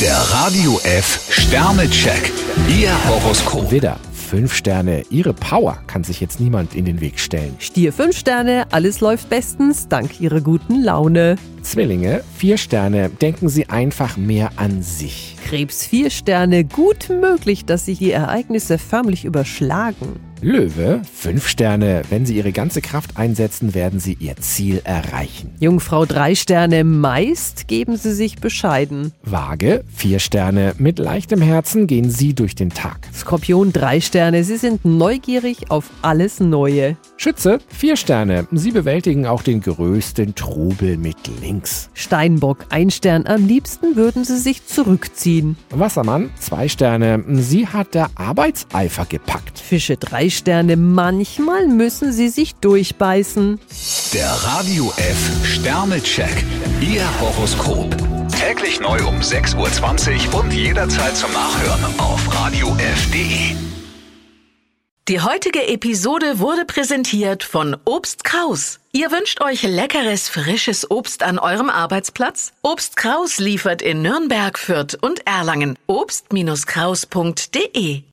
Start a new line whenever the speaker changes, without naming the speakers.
Der Radio F Sternecheck. Ihr Horoskop.
Widder, fünf Sterne. Ihre Power kann sich jetzt niemand in den Weg stellen.
Stier 5 Sterne, alles läuft bestens, dank ihrer guten Laune.
Zwillinge, vier Sterne. Denken Sie einfach mehr an sich.
Krebs 4 Sterne, gut möglich, dass sich die Ereignisse förmlich überschlagen.
Löwe, fünf Sterne. Wenn Sie Ihre ganze Kraft einsetzen, werden Sie Ihr Ziel erreichen.
Jungfrau 3 Sterne, meist geben sie sich bescheiden.
Waage, vier Sterne. Mit leichtem Herzen gehen Sie durch den Tag.
Skorpion 3 Sterne, sie sind neugierig auf alles Neue.
Schütze, vier Sterne. Sie bewältigen auch den größten Trubel mit links.
Steinbock 1 Stern, am liebsten würden sie sich zurückziehen.
Wassermann, zwei Sterne. Sie hat der Arbeitseifer gepackt.
Fische 3 Sterne, manchmal müssen sie sich durchbeißen.
Der Radio F Sternecheck. Ihr Horoskop. Täglich neu um 6.20 Uhr und jederzeit zum Nachhören auf Radio E. radiof.de.
Die heutige Episode wurde präsentiert von Obst Kraus. Ihr wünscht euch leckeres, frisches Obst an eurem Arbeitsplatz? Obst Kraus liefert in Nürnberg, Fürth und Erlangen. Obst-Kraus.de